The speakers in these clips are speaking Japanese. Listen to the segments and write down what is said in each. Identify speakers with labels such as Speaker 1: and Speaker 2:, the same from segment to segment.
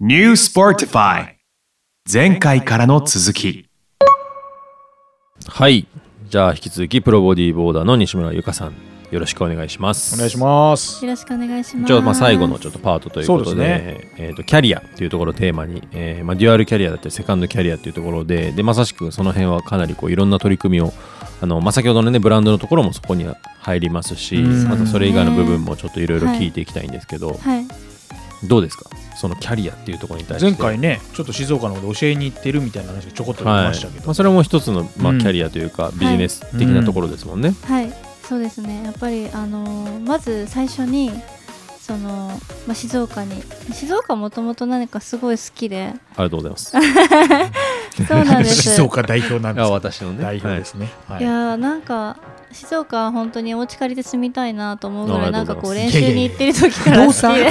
Speaker 1: New Sportify 前回からの続き
Speaker 2: はい。じゃあ、引き続き、プロボディーボーダーの西村ゆかさん、よろしくお願いします。
Speaker 3: お願いします。
Speaker 4: よろしくお願いします。
Speaker 2: じゃあ、まあ、最後のちょっとパートということで、
Speaker 3: そうで
Speaker 2: えーと、キャリアというところをテーマに、えーまあ、デュアルキャリアだったり、セカンドキャリアというところで、で、まさしくその辺はかなりこういろんな取り組みを、あのまあ、先ほどのね、ブランドのところもそこに入りますし、
Speaker 3: うん
Speaker 2: またそれ以外の部分もちょっといろいろ聞いていきたいんですけど、
Speaker 4: はい。
Speaker 2: どうですかそのキャリアっていうところに対して。
Speaker 3: 前回ね、ちょっと静岡の方で教えに行ってるみたいな話がちょこっと出て
Speaker 2: はい
Speaker 3: ましたけど、
Speaker 2: まあ、それも一つの、ま
Speaker 3: う
Speaker 2: あ、
Speaker 3: ん
Speaker 2: キャリアというか、ビジネス的なところですもんね。
Speaker 4: はい。そうですね。やっぱりあのーまず最初にそのまあ静岡に静岡もともと何かすごい好きで
Speaker 2: ありがとうございます。
Speaker 4: そうなんです。
Speaker 3: 静岡代表なん
Speaker 2: い
Speaker 3: で
Speaker 2: や
Speaker 3: すけど
Speaker 2: 私のね
Speaker 3: 代表ですね。はい
Speaker 4: いやーなんか。静岡は本当にお家借りて住みたいなと思うぐ
Speaker 2: あ
Speaker 4: ら
Speaker 2: あ
Speaker 4: い
Speaker 2: り
Speaker 4: な
Speaker 2: がと
Speaker 4: んか
Speaker 2: うござ
Speaker 4: こう
Speaker 2: い
Speaker 4: 練習に行ってる時から
Speaker 3: 不
Speaker 4: 好
Speaker 3: 動
Speaker 4: きで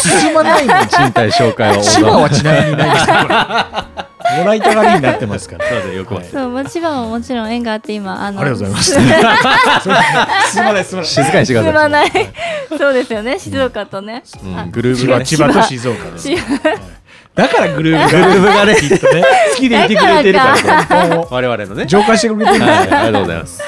Speaker 3: 産進まない のに
Speaker 2: 賃貸紹介は
Speaker 3: 千葉はちなみにないですからもらいたがりになってますから。
Speaker 2: そうですねよくわかる
Speaker 4: そうまあ千葉ももちろん縁があって今あの
Speaker 3: ありがとうございます
Speaker 4: す
Speaker 3: 進まない進まない。
Speaker 2: 静かにしてください。
Speaker 4: まないそうですよね静岡とね、
Speaker 2: う
Speaker 4: あ
Speaker 2: ん、グルー
Speaker 3: 千
Speaker 2: ブが
Speaker 3: 葉
Speaker 2: ね、
Speaker 3: 千葉と静岡です。
Speaker 4: 千葉
Speaker 3: だからグループが
Speaker 2: ブがね、
Speaker 3: きっとね、
Speaker 2: 好きでいてくれてるから、
Speaker 4: だ
Speaker 2: こ
Speaker 4: か
Speaker 2: れ
Speaker 3: 根本を
Speaker 2: 我々のね。
Speaker 3: 浄化してくれてるん
Speaker 2: は
Speaker 3: だ
Speaker 2: い、ありがとうございます。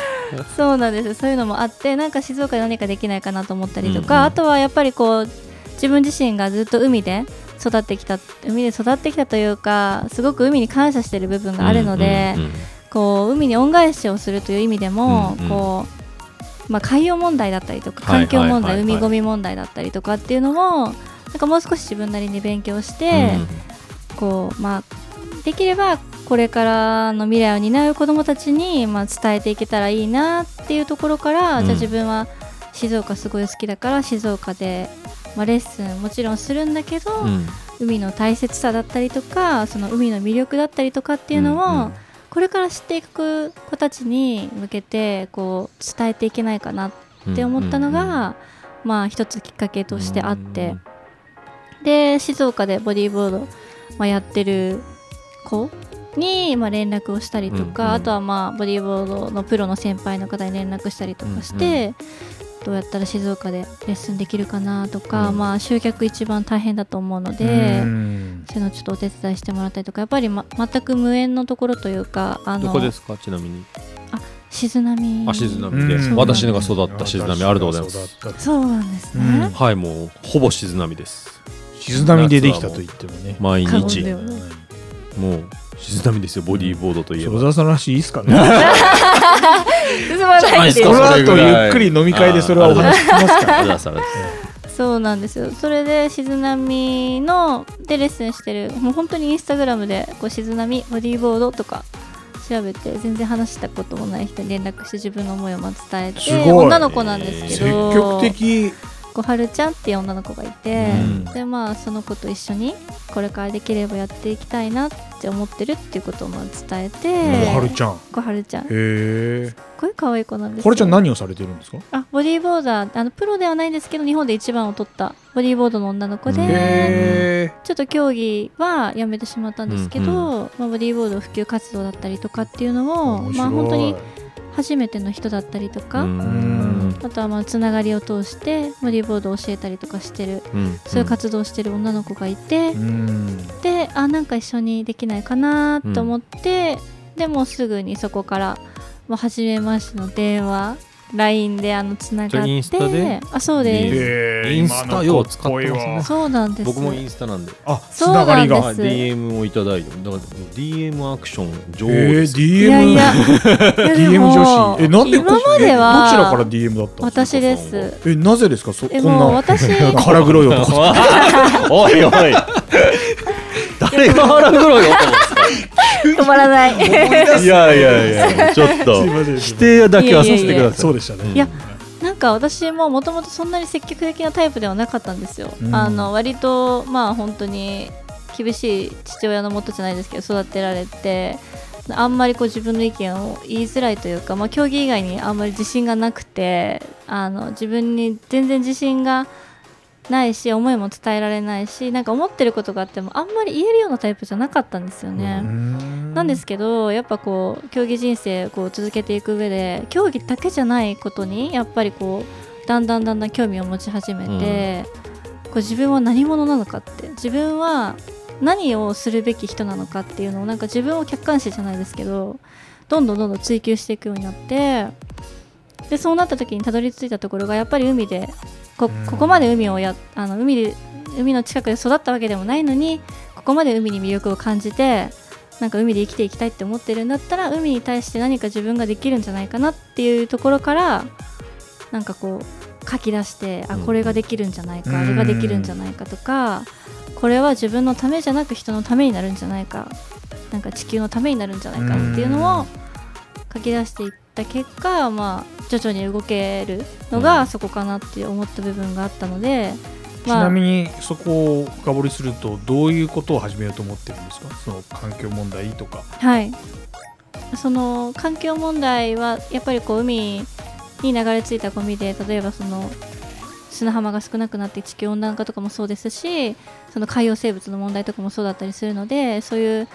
Speaker 4: そうなんですそういうのもあってなんか静岡で何かできないかなと思ったりとか、
Speaker 2: うんうん
Speaker 4: あとはやっぱりこう自分自身がずっと海で育ってきた海で育ってきたというかすごく海に感謝してる部分があるので、
Speaker 2: うんうんうん
Speaker 4: こう海に恩返しをするという意味でも、
Speaker 2: うんうん
Speaker 4: こうまあ、海洋問題だったりとか
Speaker 2: はい
Speaker 4: 環境
Speaker 2: はい
Speaker 4: 問題、
Speaker 2: はいはい
Speaker 4: 海ごみ問題だったりとかっていうのもなんかもう少し自分なりに勉強して、こうまあ、できればこれからの未来を担う子どもたちに、まあ、伝えていけたらいいなっていうところから、
Speaker 2: うん
Speaker 4: じゃあ自分は静岡すごい好きだから静岡で、まあ、レッスンもちろんするんだけど、
Speaker 2: うんうん
Speaker 4: 海の大切さだったりとかその海の魅力だったりとかっていうのを、
Speaker 2: うん
Speaker 4: これから知っていく子たちに向けてこう伝えていけないかなって思ったのが、
Speaker 2: うんうん
Speaker 4: まあ一つきっかけとしてあって。で静岡でボディーボード、まあ、やってる子に、まあ、連絡をしたりとか、
Speaker 2: うんうん
Speaker 4: あとは、まあ、ボディーボードのプロの先輩の方に連絡したりとかして、どうやったら静岡でレッスンできるかなとか、
Speaker 2: うん
Speaker 4: まあ、集客一番大変だと思うので。
Speaker 3: うん
Speaker 4: そういうのちょっとお手伝いしてもらったりとかやっぱり、ま、全く無縁のところというかあ
Speaker 2: ど
Speaker 4: の
Speaker 2: こですか、ちなみに。
Speaker 4: 静波
Speaker 2: あ、静波
Speaker 3: う
Speaker 2: で、
Speaker 3: ん
Speaker 2: 私のが育った静波、ありがとうございます。
Speaker 3: す。
Speaker 4: そうなんですね、
Speaker 3: うん
Speaker 2: はい、もうほぼ静波です。
Speaker 3: 静波でできたと言ってもね。
Speaker 2: 毎
Speaker 4: 過言
Speaker 2: 日
Speaker 4: で、はない
Speaker 2: もう静波ですよ、ボディーボードといえ
Speaker 3: 小
Speaker 2: ば。
Speaker 3: 沢さんらしいいいっすかね。
Speaker 4: 進まないってい
Speaker 2: そう
Speaker 3: この
Speaker 2: れぐ
Speaker 3: 後
Speaker 2: らい
Speaker 3: ゆっくり飲み会でそれはお話聞きます から。
Speaker 2: 小沢さんです
Speaker 4: そうなんですよそれでしずなみのでレッスンしてるもう本当にインスタグラムでこうしずなみボディーボードとか調べて全然話したこともない人に連絡して自分の思いをまあ伝え
Speaker 3: すご
Speaker 4: て
Speaker 3: い
Speaker 4: 女の子なんですけ
Speaker 3: 積
Speaker 4: ど
Speaker 3: 極的。
Speaker 4: 小春ちゃんっていう女の子がいて、
Speaker 2: うん
Speaker 4: でまあその子と一緒にこれからできればやっていきたいなって思ってるっていうことをまあ伝えて
Speaker 3: 小春ちゃん。へ
Speaker 4: 小春ちゃんすっ
Speaker 3: え。
Speaker 4: ごい可愛い子なんですよ
Speaker 3: 小春ちゃん何をされてるんですか。
Speaker 4: あボディーボーダーあのプロではないんですけど日本で一番を取ったボディーボードの女の子で、
Speaker 2: へー
Speaker 3: へ
Speaker 4: ちょっと競技はやめてしまったんですけ
Speaker 2: う
Speaker 4: ど、
Speaker 2: ん
Speaker 4: まあ、ボディーボード普及活動だったりとかっていうのを、
Speaker 3: 面
Speaker 4: ま
Speaker 3: 白い
Speaker 4: あ、本当に初めての人だったりとか、
Speaker 2: うん
Speaker 4: あとはまあつながりを通してボディーボードを教えたりとかしてる
Speaker 2: うん
Speaker 4: そういう活動をしてる女の子がいて、
Speaker 3: うん。
Speaker 4: であなんか一緒にできないかなと思って、でもうすぐにそこから、まあ、初めましての電話 LINE であのつながっ
Speaker 2: じゃあインスタで
Speaker 4: てあそうです、
Speaker 3: へー
Speaker 2: インスタよう使ってますね
Speaker 3: 今の子っぽいわ
Speaker 4: そうなんです
Speaker 2: 僕もインスタなんで。
Speaker 3: あ、つ
Speaker 4: そう
Speaker 3: なが
Speaker 4: な
Speaker 3: り
Speaker 4: んで
Speaker 3: が。
Speaker 2: あ
Speaker 4: す
Speaker 2: DM をいただいてだから DM アクション女王
Speaker 3: ええ、
Speaker 2: です、
Speaker 4: いやい
Speaker 3: DM
Speaker 4: や。いやで
Speaker 3: DM
Speaker 4: も
Speaker 3: 女子。え、なんでこ。
Speaker 4: 今までは
Speaker 3: えどちらから DM だったんですか。
Speaker 4: 私です。
Speaker 3: え、なぜですか。そこ
Speaker 4: え
Speaker 3: ん
Speaker 4: もう
Speaker 3: な。
Speaker 4: 私
Speaker 3: 腹黒い男。
Speaker 2: おいおい誰が腹黒い男
Speaker 4: 止まらな い。
Speaker 2: ですかいやいやいやちょっと
Speaker 3: すいません
Speaker 2: 否定だけはさせてください
Speaker 3: そうでしたね。
Speaker 4: いやなんか私ももともとそんなに積極的なタイプではなかったんですよ。
Speaker 3: うん
Speaker 4: あの割とまあ本当に厳しい父親のもとじゃないですけど育てられて。あんまりこう自分の意見を言いづらいというか、まあ、競技以外にあんまり自信がなくてあの自分に全然自信がないし思いも伝えられないしなんか思ってることがあってもあんまり言えるようなタイプじゃなかったんですよね。なんですけどやっぱこう競技人生こう続けていく上で競技だけじゃないことにやっぱりこうだんだんだんだん興味を持ち始めて、こう自分は何者なのかって自分は何をするべき人なのかっていうのをなんか自分を客観視じゃないですけどどんどんどんどん追求していくようになってでそうなった時にたどり着いたところがやっぱり海でこ
Speaker 3: うん
Speaker 4: ここまで海をやあの海で海の近くで育ったわけでもないのにここまで海に魅力を感じてなんか海で生きていきたいって思ってるんだったら海に対して何か自分ができるんじゃないかなっていうところからなんかこう書き出してあ
Speaker 2: うん
Speaker 4: これができるんじゃないか、
Speaker 3: うん
Speaker 4: あれができるんじゃないかとかこれは自分のためじゃなく人のためになるんじゃないかなんか地球のためになるんじゃないかっていうの
Speaker 3: う
Speaker 4: を
Speaker 3: ん
Speaker 4: 書き出していった結果、まあ、徐々に動けるのが
Speaker 2: うん
Speaker 4: そこかなって思った部分があったので、
Speaker 3: ち
Speaker 4: まあ、
Speaker 3: なみにそこを深掘りするとどういうことを始めようと思ってるんですかその環境問題とか
Speaker 4: はい、その環境問題はやっぱりこう海に流れ着いたゴミで例えばその砂浜が少なくなって地球温暖化とかもそうですしその海洋生物の問題とかもそうだったりするのでそういう、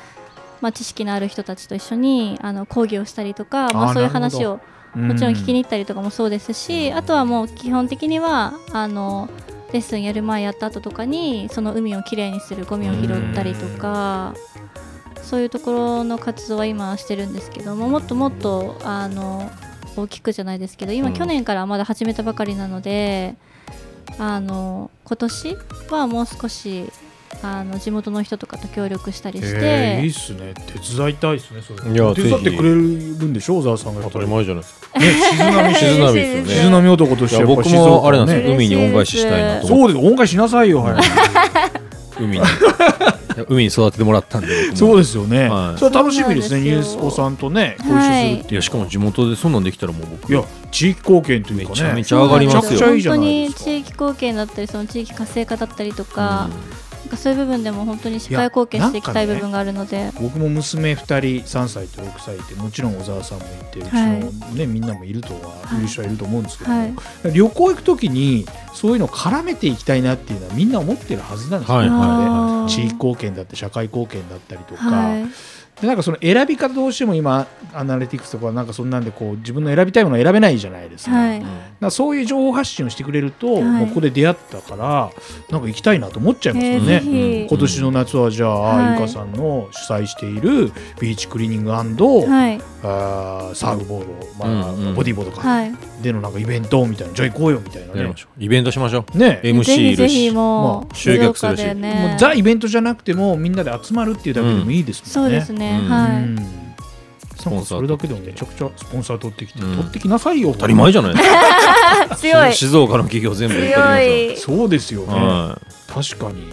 Speaker 4: まあ、知識のある人たちと一緒にあの講義をしたりとかま
Speaker 3: あー
Speaker 4: あ、そう
Speaker 3: なる
Speaker 4: いう
Speaker 3: ほ
Speaker 4: 話
Speaker 3: ど
Speaker 4: を
Speaker 3: も
Speaker 4: もちろん聞きに行ったりとかもそうですし、あとはもう基本的にはあのレッスンやる前やった後とかにその海をきれいにするゴミを拾ったりとか、そういうところの活動は今してるんですけどももっともっとあの大きくじゃないですけど
Speaker 2: う
Speaker 4: 今、
Speaker 2: ん
Speaker 4: 去年からまだ始めたばかりなのであの今年はもう少しあの地元の人とかと協力したりして。
Speaker 3: えー、いいっすね手伝いたいっすねそれ
Speaker 2: いや
Speaker 3: 手伝っ
Speaker 2: ぜ
Speaker 3: て
Speaker 2: ひ
Speaker 3: くれるんでしょ小沢さんがやっぱりね
Speaker 2: じゃないですか。
Speaker 3: 静波
Speaker 4: 嬉しい
Speaker 2: 静波ですよね
Speaker 4: です
Speaker 3: 静波男としてやっぱ
Speaker 2: 僕
Speaker 3: 静岡
Speaker 2: も
Speaker 3: は
Speaker 2: あれなん
Speaker 3: ね
Speaker 2: ですよ、海に恩返ししたいなと思っ
Speaker 3: そうです恩返しなさいよ早く
Speaker 2: て、海に海に育ててもらったんで、僕も
Speaker 3: そうですよね、
Speaker 2: はい
Speaker 3: それは楽しみですね
Speaker 4: そうなん
Speaker 3: ニュ
Speaker 4: で
Speaker 3: ー
Speaker 4: す
Speaker 3: ス
Speaker 4: よ
Speaker 3: 子さんとねご一緒するっていうの
Speaker 2: いやしかも地元でそんなんできたらもう僕
Speaker 3: いや地域貢献というかね
Speaker 2: めちゃめち
Speaker 4: そう
Speaker 2: 上
Speaker 4: な
Speaker 2: が
Speaker 4: んで
Speaker 2: り
Speaker 4: す
Speaker 2: ますよ
Speaker 3: めちゃくちゃいいじゃ
Speaker 4: 本当
Speaker 3: ないで
Speaker 4: に
Speaker 3: すか
Speaker 4: 地域貢献だったりその地域活性化だったりとか、
Speaker 2: うん
Speaker 4: なんかそういう部分でも本当に社会貢献していきたい部分があるので、
Speaker 3: 僕も娘2人3歳と6歳ってもちろん小沢さんもいてうちの、
Speaker 4: はい
Speaker 3: ね、みんなもいるとは、
Speaker 4: はい
Speaker 3: い、る人はいると思うんですけど、
Speaker 4: はい
Speaker 3: 旅行行く時にそういうのを絡めていきたいなっていうのはみんな思ってるはずなんですよ、
Speaker 2: はい
Speaker 4: あー
Speaker 3: 地域貢献だって社会貢献だったりとか、
Speaker 4: はい
Speaker 3: でなんかその選び方どうしても今アナリティクスとかなんかそんなんでこう自分の選びたいものを選べないじゃないですか,、
Speaker 4: は
Speaker 3: だ
Speaker 4: い
Speaker 2: うん
Speaker 3: からそういう情報発信をしてくれると、
Speaker 4: はい
Speaker 3: もうここで出会ったからなんか行きたいなと思っちゃいます
Speaker 4: え
Speaker 3: よ
Speaker 4: ー
Speaker 3: ね。
Speaker 4: ぜひ
Speaker 3: 今年の夏はじゃあ、
Speaker 4: はい
Speaker 3: ゆかさんの主催しているビーチクリーニング、あ
Speaker 4: はい
Speaker 3: ーサーフボード、まあ
Speaker 2: うんうん
Speaker 3: ボディーボードか
Speaker 4: はい、
Speaker 3: でのなんかイベントみたいなじゃあ行こうよみたいな
Speaker 2: やり
Speaker 3: ね
Speaker 2: ましょうイベントしましょう
Speaker 3: ね
Speaker 2: MC
Speaker 4: ぜひぜひ
Speaker 3: ま
Speaker 4: もう
Speaker 2: あ集客するし
Speaker 4: 静岡でね
Speaker 3: もうザイベントじゃなくてもみんなで集まるっていうだけでもいいです
Speaker 4: そ
Speaker 3: もん
Speaker 4: う
Speaker 3: ね。
Speaker 4: ですね、
Speaker 2: うん
Speaker 4: はい、
Speaker 3: うんなんか
Speaker 2: スポンサ
Speaker 3: そ
Speaker 2: ー
Speaker 3: れだけでもめちゃくちゃスポンサー取ってきて、
Speaker 2: うん
Speaker 3: 取ってきなさいよ当
Speaker 2: 当たり前じゃないですか
Speaker 4: 強い
Speaker 2: 静岡の企業全部取りま
Speaker 4: 強
Speaker 2: しょう
Speaker 4: い
Speaker 3: そうですよね、
Speaker 2: は
Speaker 3: 確かに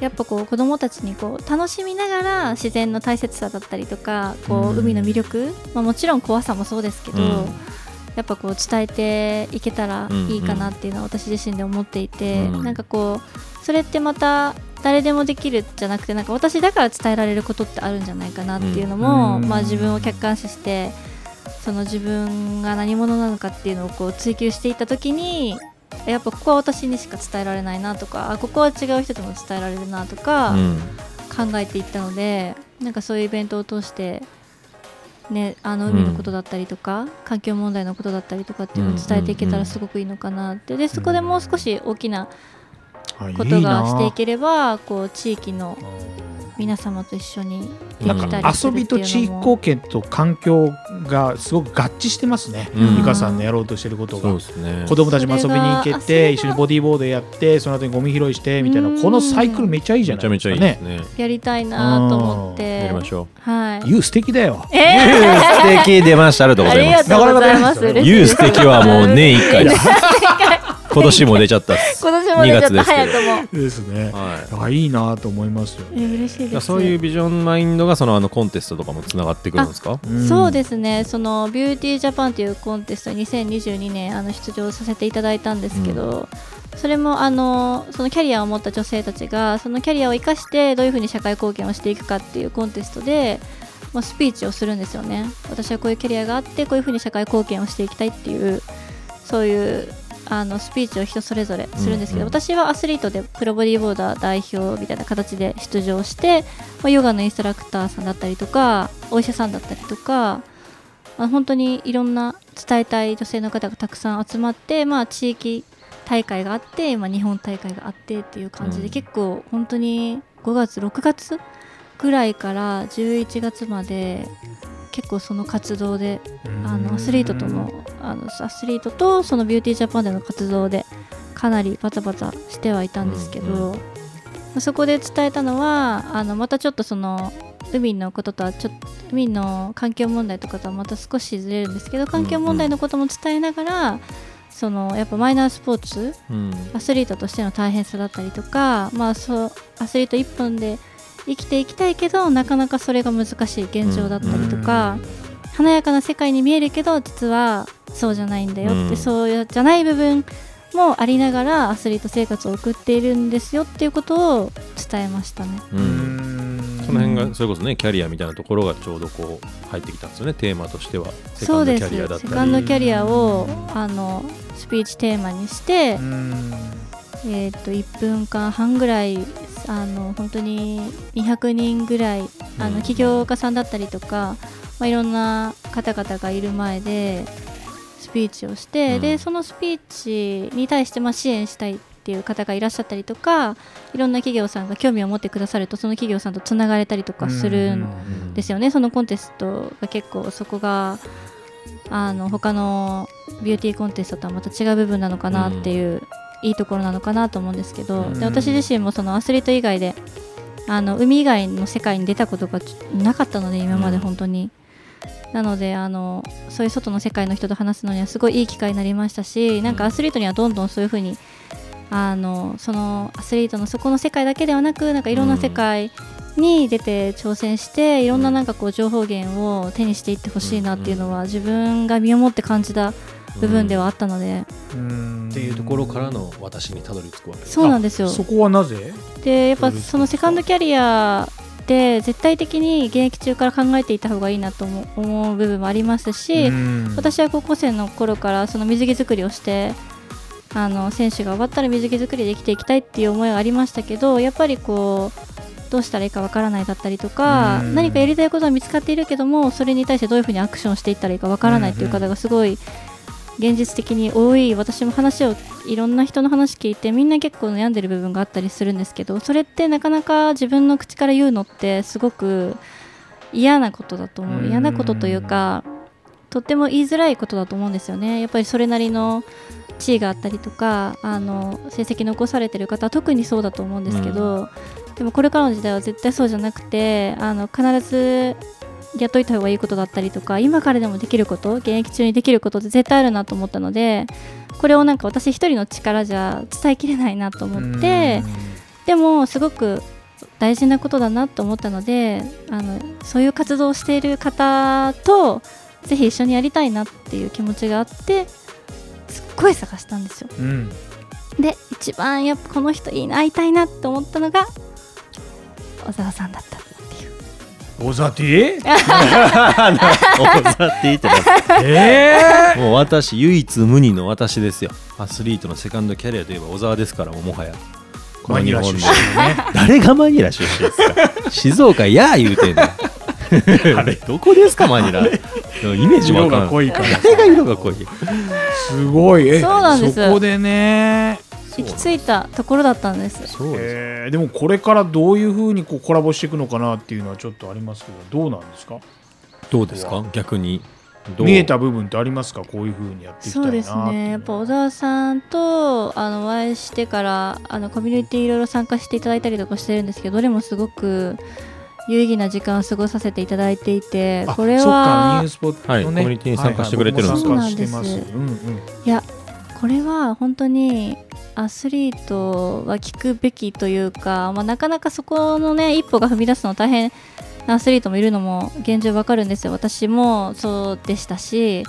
Speaker 4: やっぱこう子どもたちにこう楽しみながら自然の大切さだったりとかこ
Speaker 3: うん
Speaker 4: う海の魅力、まあ、もちろん怖さもそうですけ
Speaker 2: う
Speaker 4: ど、
Speaker 2: ん
Speaker 4: やっぱこう伝えていけたらいいかなっていうのは私自身で思っていて、
Speaker 2: うん
Speaker 4: なんかこうそれってまた誰でもできるじゃなくてなんか私だから伝えられることってあるんじゃないかなっていうのも、
Speaker 3: うん
Speaker 4: まあ、自分を客観視してその自分が何者なのかっていうのをこう追求していった時にやっぱここは私にしか伝えられないなとかあここは違う人でも伝えられるなとか
Speaker 2: うん
Speaker 4: 考えていったので、なんかそういうイベントを通して、ね、あの海のことだったりとか、環境問題のことだったりとかっていうのを伝えていけた
Speaker 2: うんうんう
Speaker 4: ら
Speaker 2: ん
Speaker 4: すごくいいのかなってでそこでもう少し大きな
Speaker 3: あ
Speaker 4: ことがして
Speaker 3: い
Speaker 4: いければこう地域の
Speaker 3: いなうん
Speaker 4: 皆様と一緒にで
Speaker 3: な
Speaker 4: き
Speaker 3: ん
Speaker 4: た
Speaker 3: か
Speaker 4: りす
Speaker 3: 遊
Speaker 4: るっ
Speaker 3: び
Speaker 4: て
Speaker 3: と地
Speaker 4: い
Speaker 3: 域
Speaker 4: うのも
Speaker 3: 貢献と環境がすごく合致してますね、
Speaker 2: うん
Speaker 3: 美香さんのやろうとしてること
Speaker 2: そう
Speaker 3: が
Speaker 2: ですね
Speaker 3: 子供たちも遊びに行け
Speaker 4: それ
Speaker 3: て
Speaker 4: が
Speaker 3: 一緒にボディーボードやってその後にゴミ拾いしてみたいな
Speaker 4: うん
Speaker 3: このサイクルめちゃいいじゃ
Speaker 2: め
Speaker 3: な
Speaker 2: ちゃ
Speaker 3: い
Speaker 2: め
Speaker 3: で
Speaker 2: ちゃ
Speaker 3: す
Speaker 2: い
Speaker 3: か
Speaker 2: いです
Speaker 3: ね。
Speaker 2: ね
Speaker 4: やりたいなと思っ
Speaker 2: や
Speaker 4: て
Speaker 2: りましょ
Speaker 4: はい
Speaker 3: ユう素敵だよ。
Speaker 4: えー
Speaker 2: う素敵出ましたありがとうご
Speaker 4: あ
Speaker 2: ざい
Speaker 4: り
Speaker 2: ま
Speaker 4: が
Speaker 2: す
Speaker 4: とうございま
Speaker 3: な
Speaker 4: す。
Speaker 3: かなか出ないですよね
Speaker 4: 嬉しい
Speaker 2: ユ
Speaker 4: で
Speaker 2: ー
Speaker 4: す
Speaker 2: 素敵はもう年一 回です今年も出ちゃったっす
Speaker 4: 今年もね、ちょっと早くも。
Speaker 3: ですね。
Speaker 2: はい
Speaker 3: あいいなと思いますよ
Speaker 4: えー嬉しい
Speaker 2: いや
Speaker 4: です。
Speaker 2: そういうビジョンマインドがそのあのコンテストとかもつながってくるんですか
Speaker 3: ね。。
Speaker 4: そうですすね、そのビューティージャパンというコンテストに2022年あの出場させていただいたんですけど、それもあのそのキャリアを持った女性たちがそのキャリアを生かしてどういうふうに社会貢献をしていくかっていうコンテストで、まあ、スピーチをするんですよね私はこういうキャリアがあってこういうふうに社会貢献をしていきたいっていうそういうあのスピーチを人それぞれするんですけ
Speaker 2: う
Speaker 4: ど、
Speaker 2: んうん
Speaker 4: 私はアスリートでプロボディーボーダー代表みたいな形で出場して、まあ、ヨガのインストラクターさんだったりとかお医者さんだったりとかあ本当にいろんな伝えたい女性の方がたくさん集まって、まあ、地域大会があって今日本大会があってっていう感じで、
Speaker 2: うん
Speaker 4: 結構本当に5月6月ぐらいから11月まで結構その活動であのアスリートともあのアスリートとそのビューティージャパンでの活動でかなりバタバタしてはいたんですけど、
Speaker 2: うんう
Speaker 4: まあそこで伝えたのはあのまたちょっとその海のこととはちょっと海の環境問題とかとはまた少しずれるんですけど環境問題のことも伝えながら、そのやっぱマイナースポーツ
Speaker 2: うん
Speaker 4: アスリートとしての大変さだったりとか、まあ、そうアスリート1本で生きていきたいけどなかなかそれが難しい現状だったりとか、華やかな世界に見えるけど実はそうじゃないんだよって、
Speaker 2: うん
Speaker 4: そうじゃない部分もありながらアスリート生活を送っているんですよっていうことを伝えましたね。
Speaker 2: う
Speaker 3: うんん
Speaker 2: その辺がそれこそねキャリアみたいなところがちょうどこう入ってきたんですよねテーマとしてはセカ
Speaker 4: そ
Speaker 2: ン
Speaker 4: う
Speaker 2: ド
Speaker 4: で
Speaker 2: キャ
Speaker 4: す
Speaker 2: リアだった
Speaker 4: セ
Speaker 2: り
Speaker 4: カンドキャリアをあのスピーチテーマにして、
Speaker 3: うん
Speaker 4: えー、と1分間半ぐらいあの本当に200人ぐらいあ
Speaker 2: うん
Speaker 4: の起業家さんだったりとか、まあ、いろんな方々がいる前でスピーチをして、
Speaker 2: うん
Speaker 4: でそのスピーチに対してまあ支援したいっていう方がいらっしゃったりとかいろんな企業さんが興味を持ってくださるとその企業さんとつながれたりとかするん
Speaker 2: うん
Speaker 4: ですよね、そのコンテストが結構そこがあの他のビューティーコンテストとはまた違う部分なのかなっていう、いいところなのかなと思うんですけど、
Speaker 2: うん
Speaker 4: で私自身もそのアスリート以外であの海以外の世界に出たことがちょなかったので今まで本当に。なのであのそういう外の世界の人と話すのにはすごいいい機会になりましたしなんかアスリートにはどんどんそういう風にあのそのアスリートのそこの世界だけではなくなんかいろんな世界に出て挑戦していろんななんかこう情報源を手にしていってほしいなっていうのは自分が身をもって感じた部分ではあったので、
Speaker 3: うん
Speaker 2: っていうところからの私にたどり着くわ けです
Speaker 4: そうなんですよ
Speaker 3: そこはなぜ
Speaker 4: でやっぱ
Speaker 3: そうですか
Speaker 4: そのセカンドキャリアで絶対的に現役中から考えていた方がいいなとも思う部分もありますし、
Speaker 3: うん
Speaker 4: 私は高校生の頃からその水着作りをしてあの選手が終わったら水着作りで生きていきたいっていう思いがありましたけどやっぱりこうどうしたらいいかわからないだったりとか
Speaker 3: うん
Speaker 4: 何かやりたいことは見つかっているけどもそれに対してどういうふうにアクションしていったらいいかわからないっていう方がすごい現実的に多い私も話をいろんな人の話聞いてみんな結構悩んでる部分があったりするんですけどそれってなかなか自分の口から言うのってすごく嫌なことだと思
Speaker 3: う
Speaker 4: うん嫌なことというかとっても言いづらいことだと思うんですよねやっぱりそれなりの地位があったりとかあの成績残されてる方は特にそうだと思うんですけど、でもこれからの時代は絶対そうじゃなくてあの必ず雇いた方がいいことだったりとか今からでもできること現役中にできることって絶対あるなと思ったのでこれをなんか私一人の力じゃ伝えきれないなと思ってでもすごく大事なことだなと思ったのであのそういう活動をしている方とぜひ一緒にやりたいなっていう気持ちがあってすっごい探したんですよ。
Speaker 3: うん
Speaker 4: で一番やっぱこの人いいな会いたいなって思ったのが小沢さんだったっていう。
Speaker 3: 小沢テ ィー
Speaker 2: 大沢って言ってます
Speaker 3: え
Speaker 2: もう私唯一無二の私ですよアスリートのセカンドキャリアといえば小沢ですからもうもはや
Speaker 3: ーマニラ出身
Speaker 2: で
Speaker 3: の
Speaker 2: 誰がマニラ出身ですか静岡やー言うてんのあれどこですかマニラでもイメー
Speaker 3: ね
Speaker 2: ジわ
Speaker 3: 色
Speaker 2: か
Speaker 3: が
Speaker 2: んない
Speaker 3: 濃いから
Speaker 2: 誰が色が濃い
Speaker 3: すごいえ
Speaker 4: そうなんです
Speaker 3: そこでね
Speaker 4: 行き着いたところだったんです。
Speaker 2: そうです
Speaker 3: えーでもこれからどういうふうにこうコラボしていくのかなっていうのはちょっとありますけどどうなんですか
Speaker 2: どうですか逆にどう
Speaker 3: 見えた部分ってありますかこういうふうにやっていきたい
Speaker 4: そ
Speaker 3: なっ
Speaker 4: う
Speaker 3: てい
Speaker 4: ですねやっぱ小
Speaker 3: う
Speaker 4: 沢さんとあのお会いしてからあのコミュニティいろいろ参加していただいたりとかしてるんですけどどれもすごく有意義な時間を過ごさせていただいていて
Speaker 3: あ
Speaker 4: これ
Speaker 3: そっかニ
Speaker 4: は
Speaker 3: ュースポットのね
Speaker 2: はいコミュニティに参加してくれてるんです
Speaker 4: よ
Speaker 3: はいはい僕も参加してます
Speaker 4: そ
Speaker 3: うんうん
Speaker 4: いやこれは本当にアスリートは聞くべきというか、まあ、なかなかそこのね一歩が踏み出すの大変なアスリートもいるのも現状わかるんですよ私もそうでしたし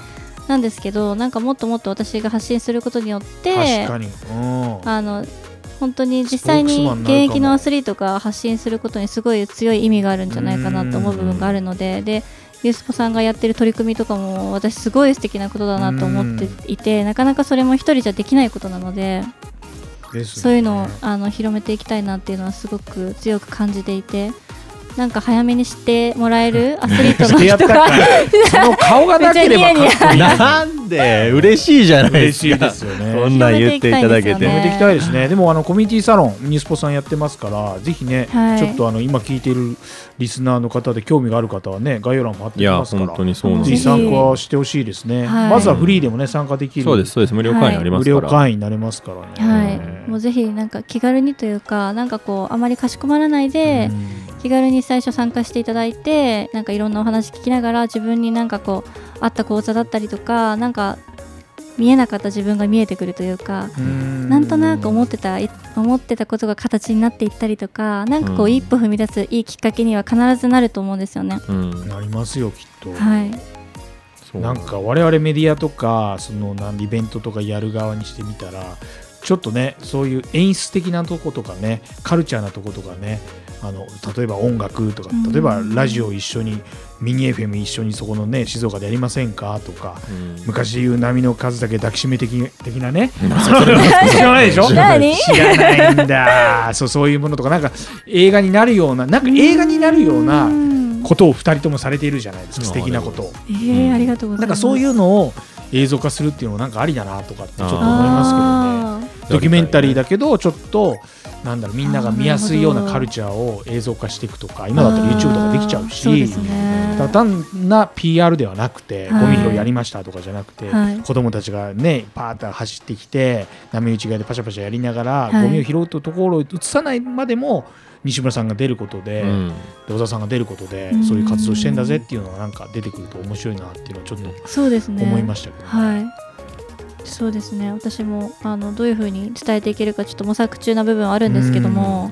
Speaker 4: なんですけどなんかもっともっと私が発信することによって
Speaker 3: 確かにうん
Speaker 4: あの本当に実際
Speaker 3: スポークス
Speaker 4: に
Speaker 3: マンになるか
Speaker 4: 現
Speaker 3: も
Speaker 4: 役のアスリートが発信することにすごい強い意味があるんじゃないかなと思う部分があるのででユースポさんがやってる取り組みとかも私すごい素敵なことだなと思っていてなかなかそれも一人じゃできないことなので
Speaker 3: ですね
Speaker 4: そういうのをあの広めていきたいなっていうのはすごく強く感じていてなんか早めに知ってもらえるアスリートの
Speaker 3: してや
Speaker 4: 人
Speaker 3: った
Speaker 4: が
Speaker 3: かその顔がなければかっこいい
Speaker 4: めっちゃ
Speaker 2: なんで嬉しいじゃないで
Speaker 3: 嬉
Speaker 2: す
Speaker 3: しい
Speaker 2: か。
Speaker 3: ですよね
Speaker 2: こんなん言っていただけ
Speaker 4: 広めていきたいです
Speaker 2: て。
Speaker 4: よ
Speaker 3: やめていきたいですね、
Speaker 4: ね
Speaker 3: でもあのコミュニティサロン、ニュースポさんやってますから、ぜひね、
Speaker 4: はい
Speaker 3: ちょっとあの今聞いているリスナーの方で興味がある方はね、概要欄も貼って
Speaker 2: い
Speaker 3: き
Speaker 2: や
Speaker 3: ますから、
Speaker 2: 本当にそうなん
Speaker 3: ぜ
Speaker 2: で
Speaker 3: ひ
Speaker 2: す。
Speaker 4: ぜ
Speaker 3: 参加してほしいですね、
Speaker 4: はい
Speaker 3: まずはフリーでもね、参加できる
Speaker 2: そうですそうです無料会員ありま
Speaker 3: 無
Speaker 2: すか
Speaker 3: 料
Speaker 2: ら。
Speaker 3: 会員になれますからね。
Speaker 4: はい、もうぜひなんか気軽にというかなんかこうあまりかしこまらないで、
Speaker 3: うん
Speaker 4: 気軽に最初参加していただいてなんかいろんなお話聞きながら自分になんかこうあった講座だったりとかなんか見えなかった自分が見えてくるというか、
Speaker 3: うん
Speaker 4: なんとなく思ってたい思ってたことが形になっていったりとかなんかこ
Speaker 2: う
Speaker 4: うん一歩踏み出すいいきっかけには必ずなると思うんですよね。
Speaker 2: うん。
Speaker 3: なりますよきっと、
Speaker 4: はい、
Speaker 2: そう
Speaker 3: なんか我々メディアとかそのなんイベントとかやる側にしてみたらちょっとねそういう演出的なとことかねカルチャーなとことかねあの例えば音楽とか
Speaker 4: うん
Speaker 3: 例えばラジオ一緒にミニ FM 一緒にそこのね静岡でやりませんかとか
Speaker 2: うん
Speaker 3: 昔言う波の数だけ抱きしめ的的なね
Speaker 2: まあそれ は
Speaker 3: 知らないでしょ
Speaker 4: 知らない
Speaker 3: 知らないんだそうそういうものとかなんか映画になるようななんか映画になるような
Speaker 4: うん
Speaker 3: ことを2人ともされているじゃないですか
Speaker 2: う
Speaker 3: 素
Speaker 2: ん
Speaker 3: 敵なことを。
Speaker 4: えーありがとうござ
Speaker 3: ないん
Speaker 4: ま
Speaker 3: か
Speaker 4: す。
Speaker 3: そういううのを映像化するっていうのもなんかありだなとかってちょっと思います
Speaker 4: ま
Speaker 3: けど
Speaker 4: すけどね。
Speaker 3: ねドキュメンタリーだけどちょっとなんだろうみんなが見やすいようなカルチャーを映像化していくとか今だったら YouTube とかできちゃう
Speaker 4: あーそうで
Speaker 3: し
Speaker 4: すね
Speaker 3: ただ単な PR ではなくて
Speaker 4: はい
Speaker 3: ゴミ拾いやりましたとかじゃなくて
Speaker 4: はい
Speaker 3: 子供たちがねパーッと走ってきて波打ち際でパシャパシャやりながら
Speaker 4: はい
Speaker 3: ゴミを拾うところを映さないまでも西村さんが出ることで
Speaker 2: うん
Speaker 3: で小沢さんが出ることで
Speaker 4: うん
Speaker 3: そういう活動してんだぜっていうのがなんか出てくると面白いなっていうのはちょっと
Speaker 4: そうですね。
Speaker 3: 思いましたけどね。
Speaker 4: はい。そうですね。私もあのどういう風に伝えていけるかちょっと模索中な部分はあるんですけども、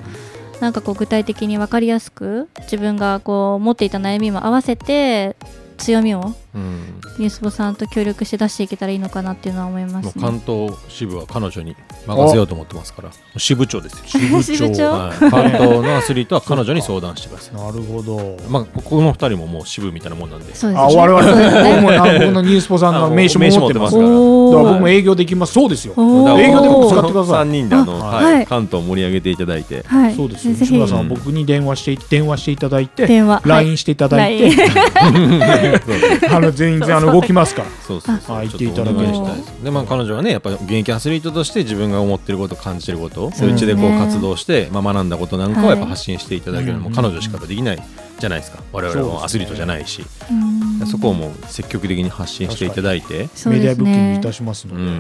Speaker 4: なんかこう具体的に分かりやすく自分がこう持っていた悩みも合わせて強みを
Speaker 2: うん。
Speaker 4: ニュースボさんと協力して出していけたらいいのかなっていうのは思いま
Speaker 2: も
Speaker 4: す
Speaker 2: う
Speaker 4: ね。
Speaker 2: 関東支部は彼女に任せようと思ってますから。支部長ですよ。
Speaker 4: 支部長
Speaker 2: はい関東のアスリートは彼女に相談してください。
Speaker 3: なるほど。
Speaker 2: まあここの二人ももう支部みたいなもんなんで。
Speaker 4: そうですね。
Speaker 3: あ、我々、
Speaker 4: そうですね
Speaker 3: 僕も南国のニュースポさんの名刺も持ってます。
Speaker 2: 名刺持ってます
Speaker 3: だか
Speaker 4: お
Speaker 3: ら
Speaker 4: ー
Speaker 3: 僕も営業できます。そうですよ。
Speaker 4: おー
Speaker 3: 営業でも使ってください
Speaker 2: 3人であの、
Speaker 3: あ
Speaker 2: はい
Speaker 4: はい
Speaker 2: 関東を盛り上げていただいて、
Speaker 4: はい。
Speaker 3: そうですよ。
Speaker 4: ぜ
Speaker 3: 西
Speaker 4: ひ
Speaker 3: 村さんは僕に電話して、電話していただいて、
Speaker 4: 電話
Speaker 3: LINE していただい
Speaker 4: は
Speaker 3: て、
Speaker 2: そう
Speaker 3: あの全然あの動きますから。
Speaker 2: そうそうそう
Speaker 3: あ
Speaker 2: ちょっとお願
Speaker 4: 言っていただけ
Speaker 2: し
Speaker 4: ると
Speaker 2: たいですでまあ彼女はねやっぱり現役アスリートとして自分が思ってること感じてることをそういうちでこ
Speaker 4: そう
Speaker 2: う
Speaker 4: ですね
Speaker 2: 活動して、まあ、学んだことなんかを
Speaker 4: は
Speaker 2: や
Speaker 4: い
Speaker 2: っぱ発信していただけるのも
Speaker 3: うん
Speaker 2: 彼女しかできないじゃないですか我々はアスリートじゃないし
Speaker 4: うん
Speaker 2: そこをもう積極的に発信していただいて
Speaker 4: そう
Speaker 3: メディ
Speaker 4: で
Speaker 3: ア
Speaker 4: す
Speaker 3: ブッキングい
Speaker 4: ね。
Speaker 3: たしますの
Speaker 2: う
Speaker 3: で。
Speaker 2: ん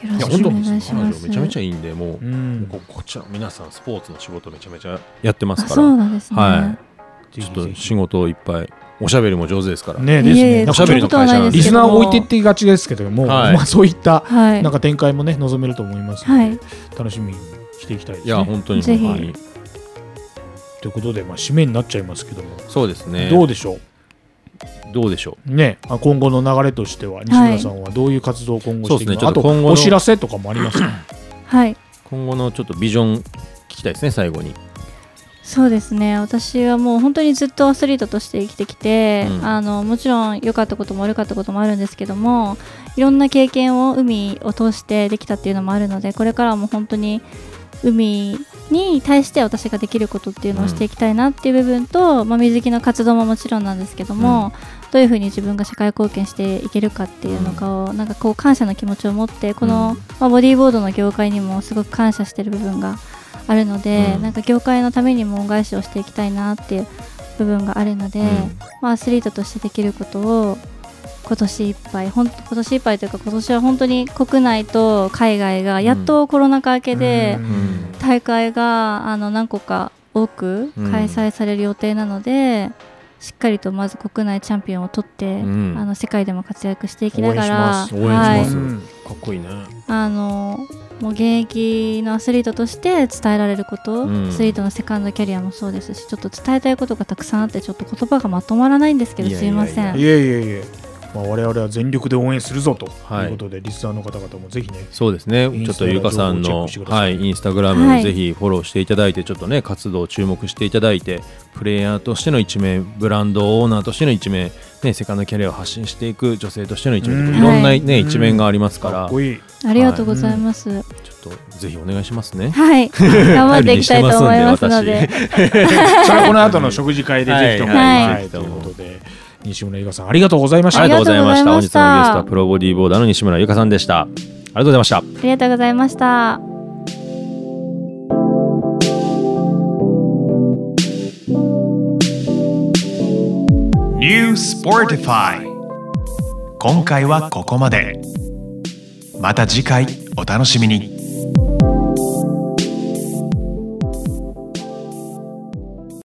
Speaker 4: よろ
Speaker 2: い
Speaker 4: し
Speaker 2: や
Speaker 4: く
Speaker 2: 本当
Speaker 4: お願いし
Speaker 2: 彼
Speaker 4: ま
Speaker 2: 女
Speaker 4: す。
Speaker 2: めちゃめちゃいいんでも
Speaker 3: う
Speaker 2: う、
Speaker 3: ん
Speaker 2: ここっちら皆さんスポーツの仕事めちゃめちゃやってま
Speaker 4: あ
Speaker 2: す
Speaker 4: そ
Speaker 2: か
Speaker 4: うなんですね。
Speaker 2: は
Speaker 3: ぜ
Speaker 2: ら
Speaker 3: ひ
Speaker 2: ちょっ
Speaker 3: ぜ
Speaker 2: と
Speaker 3: ひ
Speaker 2: 仕事をいっぱいおしゃべりも上手ですから、
Speaker 3: ねで
Speaker 4: い
Speaker 3: す
Speaker 4: えい
Speaker 3: ね。
Speaker 4: え、
Speaker 3: なん
Speaker 2: おしゃ
Speaker 3: か
Speaker 2: べりの会社なんで
Speaker 3: リスナーを置いてっていがちですけども、
Speaker 2: はい
Speaker 3: まあそういった
Speaker 4: はい。
Speaker 3: なんか展開もね望めると思います
Speaker 4: は
Speaker 3: の
Speaker 4: い
Speaker 3: で、楽しみにしていきたいです
Speaker 2: いや
Speaker 3: ね。
Speaker 2: 本当に
Speaker 4: ぜひ
Speaker 2: 本当に
Speaker 3: ということでまあ締めになっちゃいますけども、
Speaker 2: そうですね
Speaker 3: どうでしょう。
Speaker 2: どうでしょう
Speaker 3: ね、あ今後の流れとしては西村さんはどういう活動を今後していくのか、
Speaker 2: そうですねちょっと
Speaker 3: あと
Speaker 2: 今後の
Speaker 3: お知らせとかもあります か
Speaker 4: はい。
Speaker 2: 今後のちょっとビジョン聞きたいですね最後に、
Speaker 4: そうですね私はもう本当にずっとアスリートとして生きてきて、
Speaker 2: うん
Speaker 4: あのもちろん良かったことも悪かったこともあるんですけどもいろんな経験を海を通してできたっていうのもあるのでこれからも本当に海に対して私ができることっていうのをしていきたいなっていう部分と、まあ、水着の活動ももちろんなんですけども、どういうふうに自分が社会貢献していけるかっていうのかを、なんかこう感謝の気持ちを持ってこの、
Speaker 2: うん
Speaker 4: まあ、ボディーボードの業界にもすごく感謝してる部分があるので、
Speaker 2: うん
Speaker 4: なんか業界のためにも恩返しをしていきたいなっていう部分があるので、まあ、アスリートとしてできることを今年いっぱいほん今年いっぱいというか今年は本当に国内と海外がやっとコロナ禍明けで
Speaker 3: う、
Speaker 2: ん
Speaker 4: 大会があの何個か多く開催される予定なので、しっかりとまず国内チャンピオンを取って、
Speaker 2: うん
Speaker 4: あの世界でも活躍していきなが
Speaker 2: 応
Speaker 4: ら
Speaker 2: 援しま
Speaker 4: はい
Speaker 2: す、
Speaker 3: はい
Speaker 2: かっこいいね
Speaker 4: あのもう現役のアスリートとして伝えられること、
Speaker 2: うん
Speaker 4: アスリートのセカンドキャリアもそうですしちょっと伝えたいことがたくさんあってちょっと言葉がまとまらないんですけど
Speaker 2: いや
Speaker 4: すいません
Speaker 2: いや
Speaker 3: いえいえいえまあ、我々は全力で応援するぞと
Speaker 2: はい
Speaker 3: いうことで、リスナーの方々もぜひね、
Speaker 2: そうですね
Speaker 3: インスタ
Speaker 2: ちょっとゆかさん
Speaker 3: 情報を
Speaker 2: の
Speaker 3: チェックしてくだ
Speaker 2: は
Speaker 3: さい
Speaker 2: いインスタグラ
Speaker 4: は
Speaker 2: ム
Speaker 4: い
Speaker 2: ぜひフォローしていただいてちょっとね活動を注目していただいてプレイヤーとしての一面ブランドオーナーとしての一面ねセカンドキャリアを発信していく女性としての一
Speaker 3: う
Speaker 2: 面と
Speaker 3: ん
Speaker 2: かいろんな
Speaker 4: はい
Speaker 2: ね一面がありますか
Speaker 3: からっ
Speaker 2: ちょ
Speaker 3: こいい。
Speaker 4: ありがとうございます。はい、
Speaker 2: っとぜひお願いしますね
Speaker 4: 頑張っていきたいと思いますの
Speaker 2: 頼りにしてますんで。
Speaker 4: で
Speaker 3: それはこの後の食事会でぜひとも。
Speaker 4: はい
Speaker 3: はいということで、西村ゆかさん、ありがとうございまし
Speaker 2: あ
Speaker 3: た
Speaker 2: り。がとうございました。
Speaker 4: あ
Speaker 2: 本
Speaker 4: りが
Speaker 2: 日
Speaker 4: とうござい
Speaker 2: の
Speaker 4: ま
Speaker 2: ゲス
Speaker 4: した
Speaker 2: トはプロボディーボーダーの西村ゆかさんでした。ありがとうございました。
Speaker 4: ありがとうございました。
Speaker 1: New Sportify 今回はここまでまた次回お楽しみに